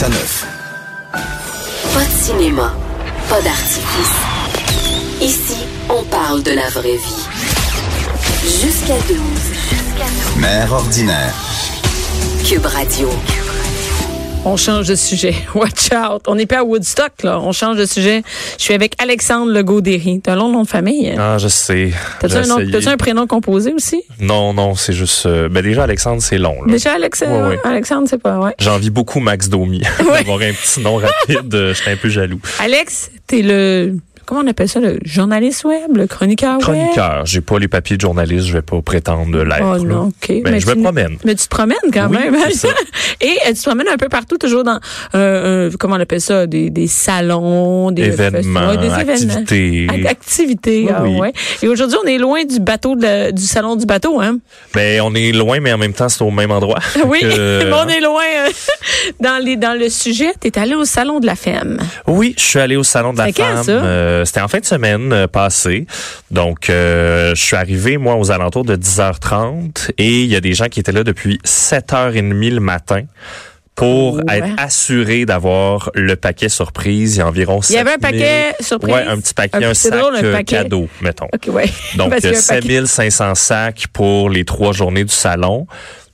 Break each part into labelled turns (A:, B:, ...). A: à 9.
B: Pas de cinéma, pas d'artifice. Ici, on parle de la vraie vie. Jusqu'à 12.
A: Mère ordinaire.
B: Cube Radio.
C: On change de sujet. Watch out. On n'est pas à Woodstock, là. On change de sujet. Je suis avec Alexandre Legaudéry. T'as un long nom de famille. hein?
D: Ah, je sais.
C: T'as-tu
D: J'ai
C: un, nom-
D: essayé. Ah.
C: t'as-tu un prénom composé aussi?
D: Non, non, c'est juste. euh, ben déjà, Alexandre, c'est long. Là.
C: Déjà, Alexandre?
D: Ouais, ouais.
C: Alexandre, c'est pas, ouais.
D: J'envie beaucoup Max Domi d'avoir un petit nom rapide. euh, J'étais un peu jaloux.
C: Ah Alex, t'es le, comment on appelle ça, le journaliste web, le chroniqueur, web?
D: Chroniqueur. J'ai pas les papiers de journaliste. Je vais pas prétendre l'être.
C: Oh
D: là.
C: non, OK.
D: Ben, je me
C: tu-
D: promène.
C: Mais tu te promènes quand
D: Oui,
C: même. hein?
D: c'est ça.
C: Et euh, tu te promènes un peu partout, toujours dans, euh, euh, comment on appelle ça, des, des salons, des
D: Événements,
C: festivals, des événements.
D: activités.
C: Ac- Activités,
D: Oui,
C: ah
D: oui.
C: ouais. Et aujourd'hui, on est loin du bateau, de la- du salon du bateau, hein?
D: Ben, on est loin, mais en même temps, c'est au même endroit.
C: Oui,
D: Fait que, euh,
C: mais on est loin euh, dans, les, dans le sujet. T'es allé au salon de la femme.
D: Oui, je suis allé au salon de la
C: C'était quand,
D: femme.
C: ça?
D: Euh, C'était en fin de semaine euh, passée. Donc, euh, je suis arrivé moi aux alentours de 10h30 et il y a des gens qui étaient là depuis 7h30 le matin pour
C: Oh, Ouais.
D: être assurés d'avoir le paquet surprise. Il y a environ
C: Il y avait un
D: 7000
C: paquet surprise.
D: Ouais, un petit paquet,
C: Un
D: un,
C: petit- c'est
D: sac
C: drôle, un
D: euh,
C: paquet.
D: cadeau, Euh, mettons.
C: OK, ouais.
D: Donc,
C: Parce qu'il y a un paquet.
D: 7500 sacs pour les trois journées du salon.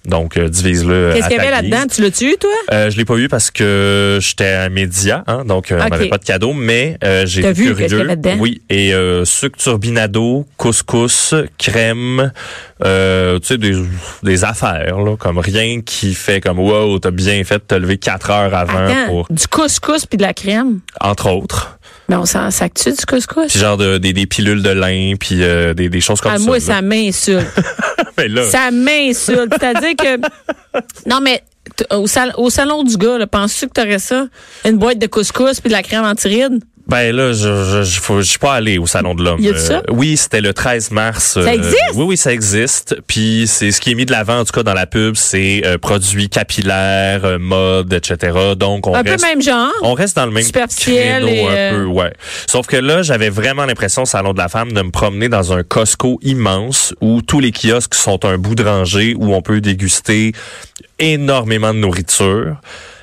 D: Donc, euh, divise-le
C: Qu'est-ce
D: à
C: qu'il y
D: ta
C: avait
D: guise.
C: là-dedans? Tu l'as tué, toi?
D: Euh, je l'ai pas eu parce que j'étais un média, hein, donc euh, on
C: Ah, Ok.
D: n'avait pas de cadeau, mais euh, j'ai
C: T'as
D: été
C: vu
D: curieux.
C: qu'est-ce qu'il y avait dedans?
D: Oui, et euh, sucre turbinado, couscous, crème, euh, tu sais des, des affaires là, comme rien qui fait comme wow, t'as bien fait de te lever quatre heures avant
C: Attends,
D: pour
C: du couscous puis de la crème.
D: entre autres,
C: Mais on s'en sac-tu du couscous?
D: puis genre de, des, des pilules de lin, puis euh, des, des choses comme
C: Ah,
D: ça.
C: moi,
D: là.
C: ça m'insulte.
D: Mais là,
C: ça m'insulte. C'est-à-dire que. Non, mais t- au, sal- au salon du gars, là, penses-tu que t'aurais ça? Une boîte de couscous puis de la crème antiride?
D: Ben là, je je je, faut- je suis pas allé au salon de l'homme. euh,
C: Y a-tu ça?
D: oui, c'était le 13 mars. euh,
C: existe?
D: oui, oui, ça existe. Puis c'est ce qui est mis de l'avant en tout cas dans la pub, c'est euh, produits capillaires, euh, mode, etc. Donc on
C: un
D: reste
C: peu même genre.
D: on reste dans le même
C: Superficiel
D: créneau
C: et,
D: un
C: euh,
D: peu, ouais. Sauf que là, j'avais vraiment l'impression au salon de la femme de me promener dans un Costco immense où tous les kiosques sont un bout de rangée où on peut déguster énormément de nourriture.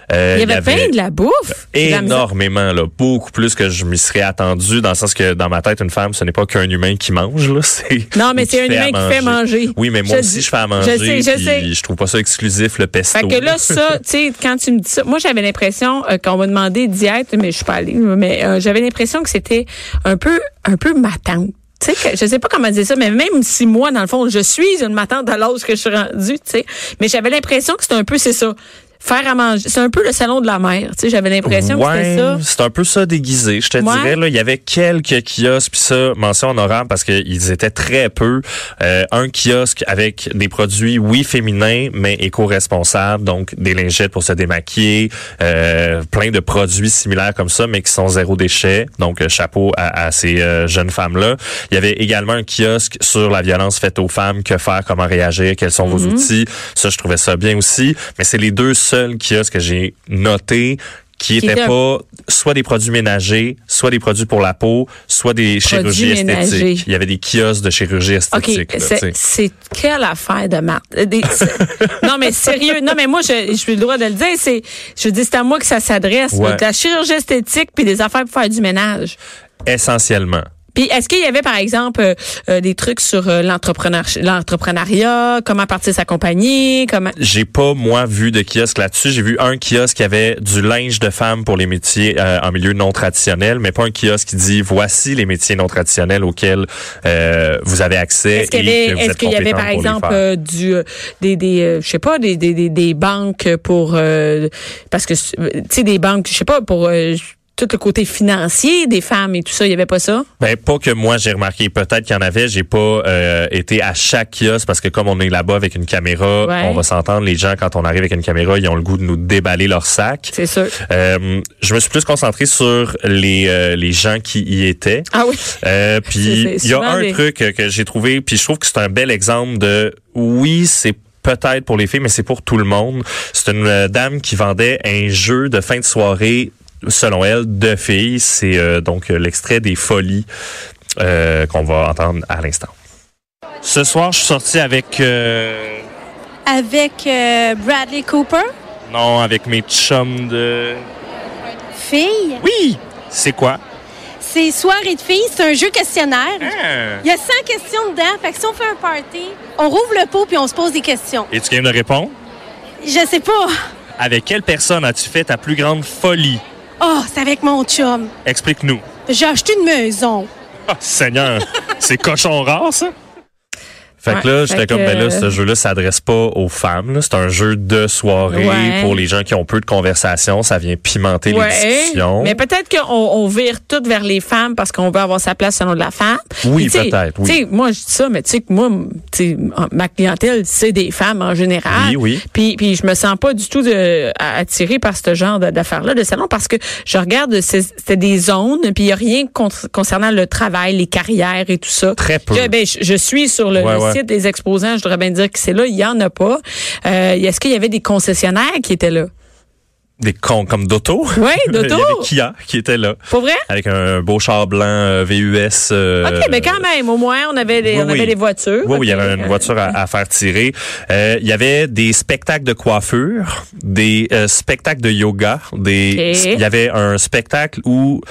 D: Euh,
C: Il y avait plein de la bouffe.
D: Ben,
C: J'ai de la misère.
D: énormément, là, beaucoup plus que je m'y serais attendu, dans le sens que dans ma tête, une femme, ce n'est pas qu'un humain qui mange, là, c'est
C: Non, mais
D: ou
C: c'est un
D: fait à
C: humain qui fait manger.
D: Oui, mais moi
C: Je
D: aussi,
C: dis-
D: je fais à
C: je
D: manger.
C: sais, je
D: puis
C: sais.
D: Je trouve pas ça exclusif le pesto.
C: Fait que là, ça, tu sais, quand tu me dis ça, moi j'avais l'impression euh, qu'on m'a demandé diète, mais je suis pas allée, mais euh, j'avais l'impression que c'était un peu, un peu ma tante. Tu sais, que- je sais pas comment dire ça, mais même si moi, dans le fond, je suis une matante à l'âge que je suis rendue, tu sais, mais j'avais l'impression que c'était un peu, c'est ça, faire à manger. C'est un peu le salon de la mère, tu sais, j'avais l'impression que
D: Ouais,
C: c'était ça.
D: c'est un peu ça déguisé. Je te
C: Ouais.
D: dirais, là, il y avait quelques kiosques, puis ça, mention honorable, parce qu'ils étaient très peu. Euh, un kiosque avec des produits, oui, féminins, mais éco-responsables, donc des lingettes pour se démaquiller, euh, plein de produits similaires comme ça, mais qui sont zéro déchet. Donc, euh, chapeau à, à ces euh, jeunes femmes-là. Il y avait également un kiosque sur la violence faite aux femmes, que faire, comment réagir, quels sont
C: Mm-hmm.
D: vos outils. Ça, je trouvais ça bien aussi. Mais c'est les deux seuls kiosques que j'ai notés qui
C: Qui
D: n'étaient
C: étaient-
D: pas soit des produits ménagers, soit des produits pour la peau, soit des chirurgies
C: ménagers.
D: esthétiques. Il y avait des kiosques de chirurgie esthétique.
C: OK,
D: là,
C: c'est-
D: tu sais.
C: c'est quelle affaire de marde. Euh, des- c'est- non, mais sérieux. Non, mais moi, je, je suis le droit de le dire. C'est, je dis, c'est à moi que ça s'adresse.
D: Ouais.
C: Donc, la chirurgie esthétique puis des affaires pour faire du ménage.
D: Essentiellement.
C: Puis, est-ce qu'il y avait, par exemple, euh, euh, des trucs sur euh, l'entrepreneur, l'entrepreneuriat, comment partir sa compagnie, comment...
D: J'ai pas, moi, vu de kiosque là-dessus. J'ai vu un kiosque qui avait du linge de femme pour les métiers euh, en milieu non traditionnel, mais pas un kiosque qui dit voici les métiers non traditionnels auxquels euh, vous avez accès.
C: Est-ce qu'il y
D: et
C: avait,
D: que vous
C: est-ce
D: êtes
C: qu'il y avait
D: compétent
C: par
D: pour les
C: exemple
D: faire.
C: euh, du euh, des des euh, je sais pas des, des des des banques pour euh, parce que euh, tu sais des banques je sais pas pour euh, tout le côté financier des femmes et tout ça il y avait pas ça
D: Ben pas que moi j'ai remarqué, peut-être qu'il y en avait, j'ai pas euh, été à chaque kiosque parce que comme on est là-bas avec une caméra,
C: Ouais.
D: on va s'entendre les gens quand on arrive avec une caméra, ils ont le goût de nous déballer leur sac.
C: c'est sûr
D: Euh, je me suis plus concentré sur les euh, les gens qui y étaient.
C: Ah oui.
D: Euh, puis
C: C'est- c'est
D: il y a
C: souvent
D: un
C: des-
D: truc euh, que j'ai trouvé, puis je trouve que c'est un bel exemple de oui, c'est peut-être pour les filles, mais c'est pour tout le monde. C'est une euh, dame qui vendait un jeu de fin de soirée, selon elle, de filles. C'est euh, donc euh, l'extrait des folies euh, qu'on va entendre à l'instant. Ce soir, je suis sorti avec
E: avec euh, Bradley Cooper.
D: Non, avec mes chums de...
E: Filles?
D: Oui! C'est quoi?
E: C'est soirée de filles, c'est un jeu questionnaire.
D: Ah!
E: Il y a 100 questions dedans. Fait que si on fait un party, on rouvre le pot puis on se pose des questions.
D: Et tu viens de répondre?
E: Je sais pas.
D: Avec quelle personne as-tu fait ta plus grande folie?
E: Oh, c'est avec mon chum.
D: Explique-nous.
E: J'ai acheté une maison.
D: Ah, Seigneur, c'est cochon rare, ça? Fait que
C: Ouais,
D: là,
C: fait
D: j'étais
C: que-
D: comme, ben là, ce jeu-là s'adresse pas aux femmes. là. C'est un jeu de soirée
C: Ouais.
D: pour les gens qui ont peu de conversation. Ça vient pimenter
C: Ouais,
D: les discussions.
C: mais peut-être qu'on on vire tout vers les femmes parce qu'on veut avoir sa place selon la femme.
D: Oui,
C: Puis, tu sais,
D: peut-être, oui.
C: tu sais, moi, je dis ça, mais tu sais que moi, m- tu sais, en- ma clientèle, c'est des femmes en général.
D: Oui, oui.
C: Puis, puis je me sens pas du tout de, à- attirée par ce genre de- d'affaires-là, de salon, parce que je regarde, c'est c'était des zones, puis il n'y a rien contre- concernant le travail, les carrières et tout ça.
D: Très peu.
C: Je, ben, je, je suis sur le,
D: Ouais,
C: le
D: ouais.
C: site des exposants, je voudrais bien dire que c'est là, il y en a pas. Euh, Est-ce qu'il y avait des concessionnaires qui étaient là?
D: Des cons comme d'auto.
C: Oui, d'auto.
D: Il y avait Kia qui était là.
C: Pour vrai?
D: Avec un beau char blanc euh, VUS. euh,
C: OK, mais quand même, au moins, on avait des,
D: oui,
C: on avait
D: oui.
C: des voitures.
D: Oui, oui, il y
C: OK.
D: avait une voiture à, à faire tirer. Euh, il y avait des spectacles de coiffure, des euh, spectacles de yoga, des.
C: Ok.
D: Il y avait un spectacle où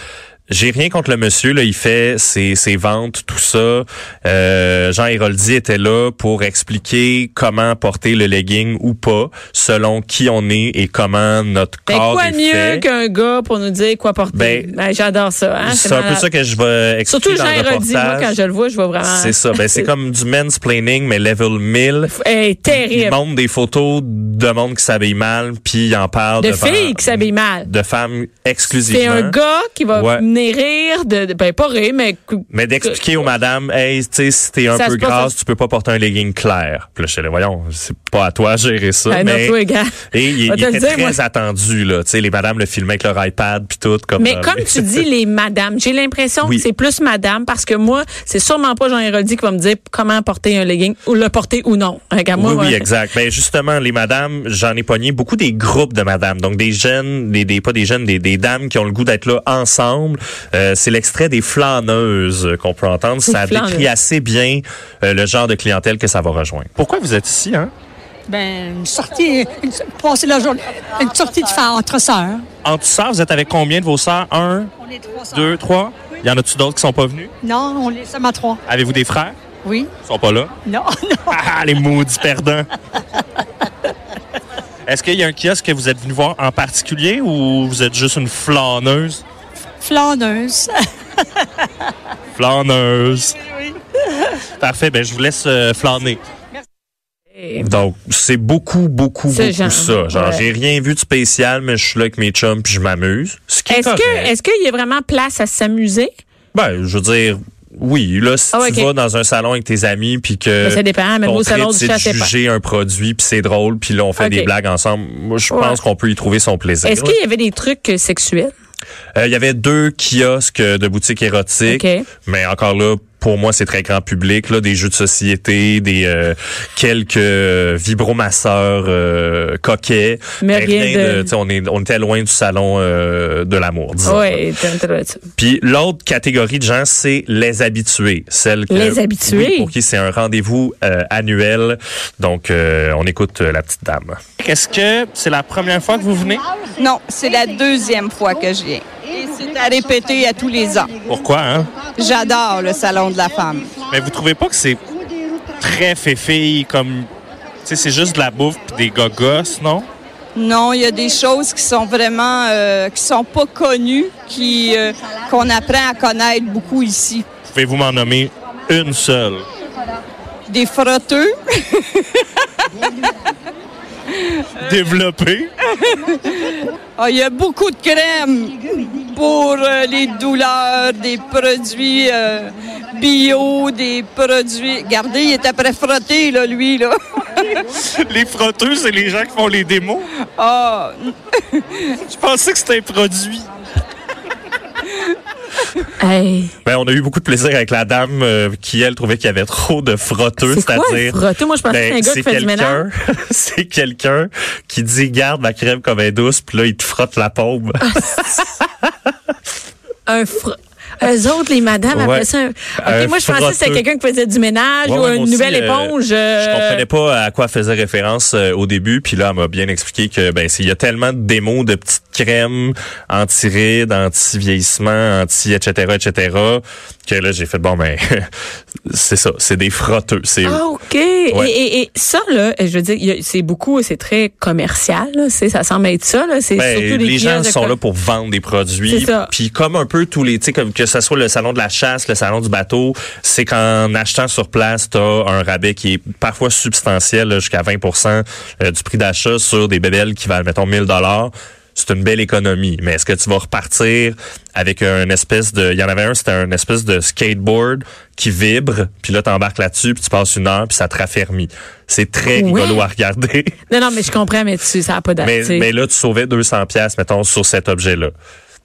D: j'ai rien contre le monsieur, là, il fait ses, ses ventes, tout ça. Euh, Jean Héroldi était là pour expliquer comment porter le legging ou pas, selon qui on est et comment notre
C: Ben,
D: corps
C: quoi
D: est
C: de
D: fait.
C: mieux qu'un gars pour nous dire quoi porter?
D: Ben,
C: j'adore ça. Hein?
D: C'est un peu
C: malade.
D: ça que je vais
C: Surtout
D: expliquer
C: Jean
D: dans le
C: Héroldi, moi,
D: reportage.
C: quand je le vois, je vois vraiment...
D: C'est ça. Ben, c'est comme du mansplaining, mais level 1000.
C: Hey,
D: Il
C: terrible.
D: montre des photos de monde qui s'habille mal, puis il en parle
C: De
D: devant-
C: filles qui s'habillent mal.
D: De femmes exclusivement.
C: C'est un gars qui va
D: Ouais.
C: venir rire, de, de- ben pas rire, mais...
D: Mais d'expliquer aux madames, hey, tu sais, si t'es un
C: Ça
D: peu
C: se passe-
D: grasse, tu peux pas porter un legging clair. Puis là, je suis là, voyons, c'est pas à toi de gérer ça.
C: Ben, non,
D: mais...
C: toi, gars.
D: Et il,
C: Va
D: il
C: te le
D: était
C: dire,
D: très
C: moi.
D: attendu, là. Tu sais, les madames le filmaient avec leur iPad, puis tout. Comme euh,
C: Mais
D: dans
C: comme
D: les-
C: tu dis les madames, j'ai l'impression
D: Oui.
C: que c'est plus madame parce que moi, c'est sûrement pas Jean Héroldi qui va me dire comment porter un legging ou le porter ou non. Regarde, Ah, moi,
D: oui, oui,
C: ouais.
D: exact. Ben justement, les madames, j'en ai pogné beaucoup des groupes de madames, donc des jeunes, des, des pas des jeunes, des, des dames qui ont le goût d'être là ensemble. Euh, c'est l'extrait des flâneuses qu'on peut entendre.
C: Des
D: Ça
C: flâneuses.
D: décrit assez bien euh, le genre de clientèle que ça va rejoindre. Pourquoi vous êtes ici, hein?
F: Ben, une sortie, une, passer la journée, une sortie de faire entre sœurs.
D: En tout ça, vous êtes avec combien de vos sœurs? Un,
F: On est trois sœurs.
D: deux, trois? Y en a-tu d'autres qui sont pas venus?
F: Non, on est seulement trois.
D: Avez-vous des frères?
F: Oui.
D: Ils sont pas là.
F: Non, non.
D: Ah, les maudits perdants! Est-ce qu'il y a un kiosque que vous êtes venu voir en particulier ou vous êtes juste une flâneuse?
F: Flâneuse.
D: Flâneuse. Parfait, ben je vous laisse euh, flâner. Donc, c'est beaucoup, beaucoup,
C: Ce
D: beaucoup
C: genre,
D: ça. Genre,
C: ouais.
D: j'ai rien vu de spécial, mais je suis là avec mes chums puis je m'amuse. Ce qui est,
C: Est-ce que
D: correct.
C: est-ce qu'il y a vraiment place à s'amuser?
D: Ben, je veux dire, oui, là, si
C: Ah,
D: tu
C: ok.
D: vas dans un salon avec tes amis puis que...
C: Ben, ça dépend, même
D: ton
C: au salon
D: trip,
C: du
D: c'est
C: chat,
D: de
C: c'est pas.
D: juger un produit puis c'est drôle puis là, on fait
C: Ok.
D: des blagues ensemble. Moi, je
C: Ouais.
D: pense qu'on peut y trouver son plaisir.
C: Est-ce qu'il y avait des trucs euh, sexuels?
D: Euh, Il y avait deux kiosques de boutiques érotiques,
C: Ok.
D: mais encore là, pour moi, c'est très grand public, là, des jeux de société, des euh, quelques euh, vibromasseurs euh, coquets.
C: Mais rien de-
D: tu sais, on, est, on était loin du salon euh, de l'amour, disons.
C: Oui,
D: Puis l'autre catégorie de gens, c'est les habitués. Celles que-
C: Les habitués?
D: oui, pour qui c'est un rendez-vous euh, annuel. Donc, euh, on écoute euh, la petite dame. Est-ce que c'est la première fois que vous venez?
G: Non, c'est la deuxième fois que je viens. Et c'est à répéter à tous les ans.
D: Pourquoi, hein?
G: J'adore le salon de la femme.
D: Mais vous trouvez pas que c'est très féfille comme tu sais c'est juste de la bouffe pis des gogos, non
G: Non, il y a des choses qui sont vraiment euh, qui sont pas connues, qui euh, qu'on apprend à connaître beaucoup ici.
D: Pouvez-vous m'en nommer une seule
G: Des frotteux,
D: Euh. Développée
G: Ah, il y a beaucoup de crèmes pour euh, les douleurs, des produits euh, bio, des produits. Regardez, il était prêt à frotter là, lui là.
D: Les frotteuses, c'est les gens qui font les démos.
G: Ah,
D: Je pensais que c'était un produit. Ben, on a eu beaucoup de plaisir avec la dame euh, qui elle trouvait qu'il y avait trop de frotteuses,
C: c'est quoi un
D: c'est-à-dire
C: frotteur? Moi, je pensais que
D: Ben,
C: c'était un gars qui
D: c'est
C: fait du ménage.
D: quelqu'un, c'est quelqu'un qui dit garde ma crème comme elle est douce, puis là il te frotte la paume.
C: Un fr... Eux autres, les madames, après
D: Ouais.
C: ça. un-
D: Un
C: OK, moi, je pensais que c'était
D: frotteux.
C: quelqu'un qui faisait du ménage
D: Ouais,
C: ou
D: ouais,
C: une
D: moi aussi,
C: nouvelle
D: euh,
C: éponge.
D: Je
C: euh,
D: comprenais pas à quoi faisait référence euh, au début, puis là, elle m'a bien expliqué que ben c'est- il y a tellement de démos de petites crèmes anti-rides, anti-vieillissement, anti etc etc que là j'ai fait bon ben c'est ça, c'est des frotteux, c'est
C: Ah, OK. Et,
D: Ouais.
C: et- et ça, là, je veux dire, il y a- c'est beaucoup, c'est très commercial. là. C'est- Ça semble être ça. Là. C'est
D: Ben,
C: surtout des
D: les gens
C: kiosques de
D: sont
C: co-
D: là pour vendre des
C: C'est
D: produits.
C: ça.
D: Puis comme un peu tous les, tu sais, comme que ce soit le salon de la chasse, le salon du bateau, c'est qu'en achetant sur place, t'as un rabais qui est parfois substantiel, là, jusqu'à 20 euh, du prix d'achat sur des bébelles qui valent, mettons, 1000 dollars. C'est une belle économie, mais est-ce que tu vas repartir avec une espèce de... Il y en avait un, c'était un espèce de skateboard qui vibre, puis là, t'embarques là-dessus, puis tu passes une heure, puis ça te raffermit. C'est très
C: Ouais.
D: rigolo à regarder.
C: Non, non, mais je comprends, mais Ah, tu, ça n'a pas
D: Mais,
C: d'intérêt.
D: mais là, tu sauvais 200 pièces mettons, sur cet objet-là.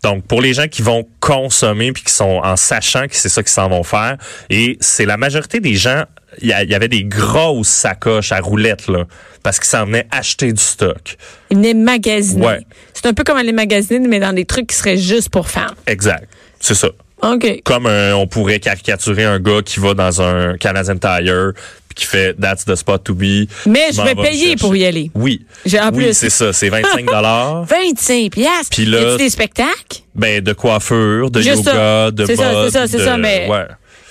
D: Donc, pour les gens qui vont consommer puis qui sont en sachant que c'est ça qu'ils s'en vont faire, et c'est la majorité des gens, il y, a- il y avait des grosses sacoches à roulettes, là, parce qu'ils s'en venaient acheter du stock.
C: Ils venaient magasiner.
D: Ouais.
C: C'est un peu comme aller magasiner, mais dans des trucs qui seraient juste pour femmes.
D: Exact. C'est ça.
C: OK.
D: Comme un- on pourrait caricaturer un gars qui va dans un Canadian Tire puis qui fait That's the spot to be.
C: Mais
D: Je
C: je
D: m'en
C: vais
D: me
C: payer
D: chercher.
C: pour y aller.
D: Oui.
C: J'ai- en
D: oui,
C: plus.
D: c'est ça. C'est 25
C: 25 piastres.
D: Puis là-
C: Y a-tu des spectacles?
D: ben, de coiffure, de
C: Juste
D: yoga,
C: ça.
D: de
C: C'est
D: mode.
C: ça, c'est ça, c'est
D: de-
C: ça, mais-
D: ouais.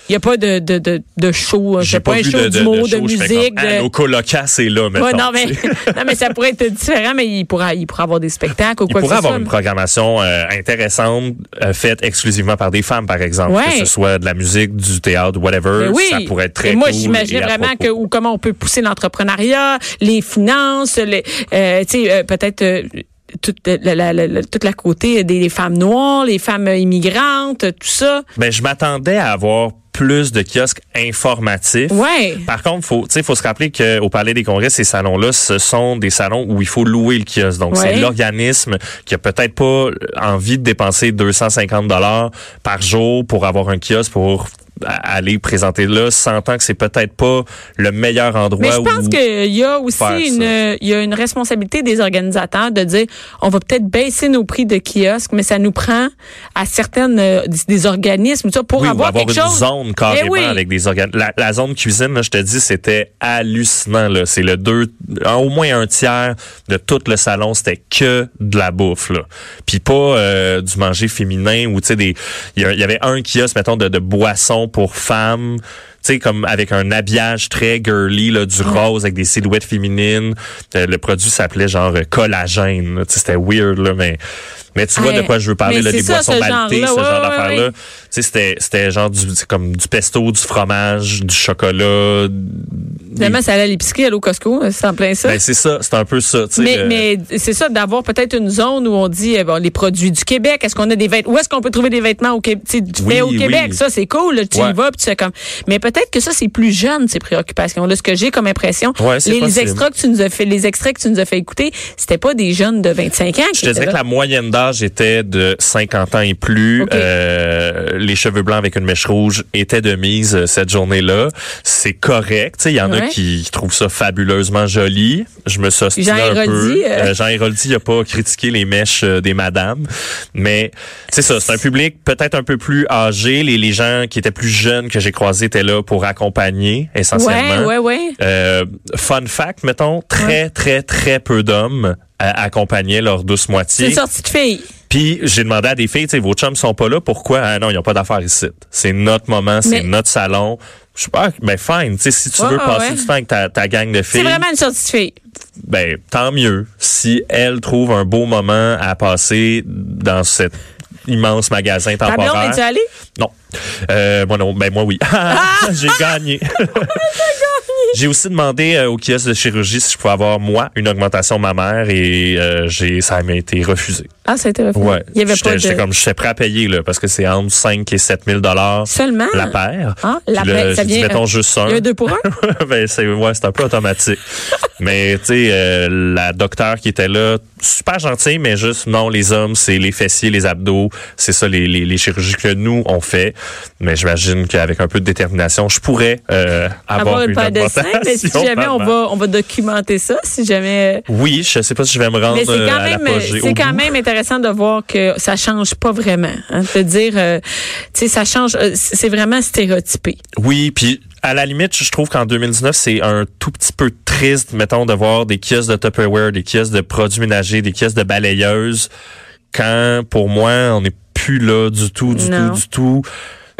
C: Il n'y a pas de, de, de, de show. hein.
D: J'ai
C: C'est
D: pas,
C: un
D: vu
C: show
D: de, de,
C: d'humour,
D: de, show, je fais
C: musique.
D: comme, Ah,
C: de-
D: nos colocains, c'est là, maintenant.
C: Ouais, non, mais, non, mais ça pourrait être différent, mais il pourra, il pourra avoir des spectacles ou
D: Il
C: quoi que
D: pourrait
C: ce
D: avoir
C: soit.
D: une programmation euh, intéressante euh, faite exclusivement par des femmes, par exemple.
C: Ouais.
D: Que ce soit de la musique, du théâtre,
C: Mais
D: whatever.
C: oui.
D: Ça pourrait être très
C: Et moi,
D: cool
C: j'imaginais
D: et à
C: vraiment que
D: propos.
C: ou comment on peut pousser l'entrepreneuriat, les finances, les, euh, tu sais, euh, peut-être. euh, toute euh, la, la, la- la- toute la côté des, des femmes noires, les femmes euh, immigrantes, euh, tout ça.
D: Ben, je m'attendais à avoir plus de kiosques informatifs.
C: Ouais.
D: Par contre, faut, tu sais, faut se rappeler qu'au Palais des Congrès, ces salons-là, ce sont des salons où il faut louer le kiosque. Donc,
C: Ouais.
D: c'est l'organisme qui a peut-être pas envie de dépenser 250 dollars par jour pour avoir un kiosque pour a- aller présenter là, sentant que c'est peut-être pas le meilleur endroit.
C: Mais je pense
D: où-
C: qu'il y a aussi
D: faire ça.
C: une, euh, il y a une responsabilité des organisateurs de dire, on va peut-être baisser nos prix de kiosque, mais ça nous prend à certaines euh, des, des organismes tout ça, pour
D: Oui, ou
C: avoir, quelque
D: une
C: chose.
D: zone carrément
C: Eh oui.
D: avec des organes. La, la zone cuisine, là, je te dis, c'était hallucinant. là. C'est le deux, un- au moins un tiers de tout le salon, c'était que de la bouffe. Là. Puis pas euh, du manger féminin ou tu sais des. Il y, a- il y avait un kiosque mettons de, de boissons pour femmes. Tu sais, comme avec un habillage très girly, là, du rose avec des silhouettes féminines. Euh, le produit s'appelait genre euh, collagène. là. Tu sais, C'était weird, là, mais, mais tu vois
C: Ouais.
D: de quoi je veux parler,
C: Mais
D: là,
C: c'est
D: des
C: ça,
D: boissons
C: ce
D: maltées,
C: genre-là.
D: ce
C: Ouais,
D: genre
C: ouais,
D: d'affaires-là.
C: ouais.
D: Tu sais, c'était, c'était genre du, c'est comme du pesto, du fromage, du chocolat. des-
C: Finalement, ça allait à l'épicerie, aller au Costco, euh, c'est en plein ça.
D: Ben, c'est ça, c'est un peu ça. tu sais,
C: Mais,
D: le-
C: mais c'est ça, d'avoir peut-être une zone où on dit eh, bon, les produits du Québec, est-ce qu'on a des vêtements, où est-ce qu'on peut trouver des vêtements au, Qué- tu sais, du-
D: Oui,
C: faits au
D: oui.
C: Québec? Ça, c'est cool, là, tu
D: Ouais.
C: y vas, puis tu fais comme. Mais peut-être que ça, c'est plus jeune, ces préoccupations. Là, ce que j'ai comme impression,
D: Ouais, c'est
C: les, les
D: possible.
C: extras que tu nous as fait, les extraits que tu nous as fait écouter, c'était pas des jeunes de 25 ans. qui
D: Je te
C: étaient
D: dirais que
C: là.
D: la moyenne d'âge était de 50 ans et plus.
C: Ok.
D: Euh, les cheveux blancs avec une mèche rouge étaient de mise euh, cette journée-là. C'est correct. tu sais, Il y en a
C: Ouais.
D: qui trouvent ça fabuleusement joli. Je me sostinais
C: Jean
D: un peu.
C: Héroldi, euh.
D: Jean Héroldi n'a pas critiqué les mèches euh, des madames. Mais c'est ça, c'est un public peut-être un peu plus âgé. Les, les gens qui étaient plus jeunes que j'ai croisés étaient là pour accompagner essentiellement.
C: Ouais, ouais, ouais.
D: Euh, fun fact, mettons, très, très, très peu d'hommes euh, accompagnaient leur douce
C: C'est
D: moitié.
C: une sortie de fille.
D: Puis j'ai demandé à des filles, tu sais, vos chums sont pas là, pourquoi? Ah non, ils ont pas d'affaires ici. C'est notre moment, c'est
C: Mais-
D: notre salon. Je sais pas, ah, ben fine, tu sais, si tu
C: Ouais,
D: veux
C: ouais,
D: passer
C: ouais.
D: du temps avec ta, ta gang de filles,
C: C'est vraiment une sortie de fille.
D: ben tant mieux. Si elles trouvent un beau moment à passer dans cet immense magasin
C: Ta blonde,
D: temporaire.
C: es-tu allée?
D: Non. Euh, moi non. Ben moi oui. J'ai gagné. J'ai aussi demandé euh, au kiosque de chirurgie si je pouvais avoir, moi, une augmentation mammaire et euh, j'ai ça m'a été refusé.
C: Ah, ça a été refusé.
D: Ouais.
C: Il y avait
D: J'étais-
C: pas
D: J'étais
C: de.
D: comme, j'étais prêt à payer, là, parce que c'est entre 5 et 7 000 dollars
C: Seulement?
D: la paire.
C: Ah, la
D: Puis là,
C: paire, ça
D: j'ai dit,
C: vient,
D: mettons
C: euh,
D: juste
C: Il y a un deux pour un?
D: ben, c'est ouais, c'est un peu automatique. mais tu sais, euh, la docteur qui était là, super gentille, mais juste non, les hommes, c'est les fessiers, les abdos, c'est ça les, les, les chirurgies que nous on fait. Mais j'imagine qu'avec un peu de détermination, je pourrais euh, avoir,
C: avoir une
D: une
C: paire de seins, mais si
D: augmentation
C: jamais on
D: par
C: va, on va documenter ça, si jamais.
D: Oui, je sais pas si je vais me rendre
C: Mais c'est
D: euh,
C: quand
D: à
C: même,
D: l'apogée, au
C: c'est quand
D: bout.
C: même intéressant de voir que ça change pas vraiment. Hein, te dire, euh, tu sais, ça change, euh, c'est vraiment stéréotypé.
D: Oui, puis à la limite, je trouve qu'en 2019, c'est un tout petit peu triste, mettons, de voir des kiosques de Tupperware, des kiosques de produits ménagers, des kiosques de balayeuses, quand pour moi, on n'est plus là du tout, du
C: Non.
D: tout, du tout.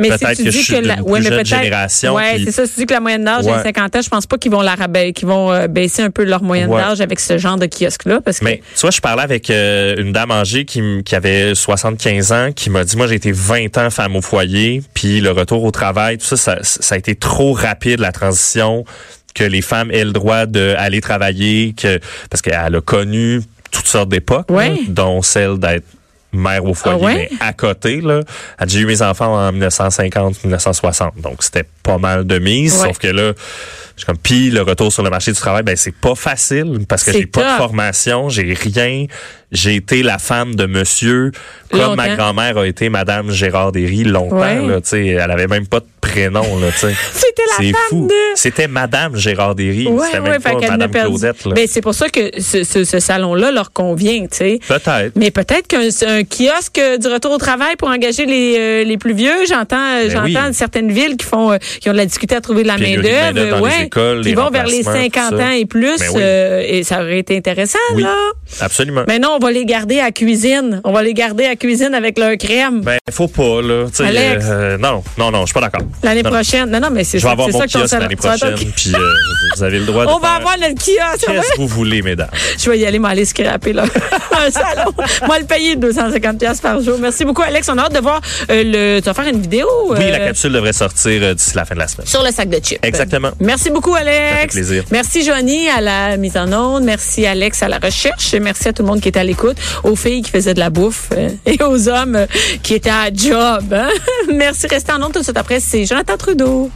C: Mais si
D: peut-être
C: tu
D: que
C: dis
D: je suis
C: que la,
D: d'une
C: ouais, mais
D: plus jeune
C: peut-être-
D: génération.
C: Ouais,
D: puis-
C: c'est ça. Si tu dis que la moyenne d'âge
D: Ouais.
C: est 50 ans, je pense pas qu'ils vont la rabaisser, qu'ils vont euh, baisser un peu leur moyenne
D: Ouais.
C: d'âge avec ce genre de kiosque-là, parce que.
D: Mais tu vois, je parlais avec euh, une dame âgée qui, m- qui avait 75 ans, qui m'a dit, moi j'ai été 20 ans femme au foyer, puis le retour au travail, tout ça, ça, ça a été trop rapide la transition que les femmes aient le droit d'aller travailler, que parce qu'elle a connu toutes sortes d'époques,
C: Ouais.
D: là, dont celle d'être mère au foyer,
C: Ah ouais?
D: mais à côté, là, Elle dit, j'ai eu mes enfants en 1950-1960, donc c'était pas mal de mise,
C: Ouais.
D: sauf que là, je suis comme, puis le retour sur le marché du travail, ben c'est pas facile parce que
C: C'est
D: j'ai pas de
C: tough.
D: formation, j'ai rien. J'ai été la femme de monsieur, comme
C: Longtemps.
D: ma grand-mère a été Madame Gérard Derry longtemps.
C: Ouais.
D: Là, tu sais, elle avait même pas de prénom. Là, tu sais.
C: C'était la
D: C'est
C: femme
D: fou.
C: de-
D: C'était Madame Gérard Derry.
C: Ouais,
D: C'était
C: ouais,
D: même
C: fait
D: pas
C: qu'elle l'a
D: Madame
C: perdu.
D: Claudette. là.
C: Mais c'est pour ça que ce, ce- ce salon-là leur convient, tu sais.
D: Peut-être.
C: Mais peut-être qu'un un kiosque euh, du retour au travail pour engager les, euh, les plus vieux, j'entends euh,
D: Ben oui.
C: j'entends certaines villes qui font euh, qui ont de la difficulté à trouver de la
D: Pénurie
C: main
D: de
C: d'œuvre,
D: main-d'œuvre dans les écoles,
C: qui
D: les
C: vont vers les
D: remplacements, tout
C: 50
D: ça.
C: ans et plus
D: Ben oui.
C: euh, et ça aurait été intéressant
D: Oui.
C: là.
D: Absolument.
C: Mais non, on va les garder à la cuisine, on va les garder à la cuisine avec leur crème
D: Ben, faut pas, là. Tu sais,
C: Alex.
D: euh, non, non, non, je suis pas d'accord.
C: l'année
D: Non, non.
C: prochaine. Non non, mais c'est
D: Je vais
C: ça,
D: avoir
C: c'est
D: mon
C: ça que ton
D: kiosque
C: salon-
D: l'année
C: tu vas avoir-
D: prochaine, puis euh, vous avez le droit de
C: On va
D: faire
C: avoir notre kiosque. on va-
D: ce que vous voulez, mesdames.
C: Je vais y aller m'aller scraper là. un salon. Moi le payer 250 pièces par jour. Merci beaucoup Alex, on a hâte de voir euh, le tu vas faire une vidéo
D: Oui,
C: euh,
D: la capsule devrait sortir euh, d'ici la fin de la semaine.
C: sur le sac de chips.
D: Exactement.
C: Merci beaucoup, Alex.
D: Ça fait plaisir.
C: Merci, Joanie, à la mise en onde. Merci, Alex, à la recherche. Merci à tout le monde qui était à l'écoute, aux filles qui faisaient de la bouffe euh, et aux hommes euh, qui étaient à job. hein. Merci, restez en onde tout de suite après. C'est Jonathan Trudeau.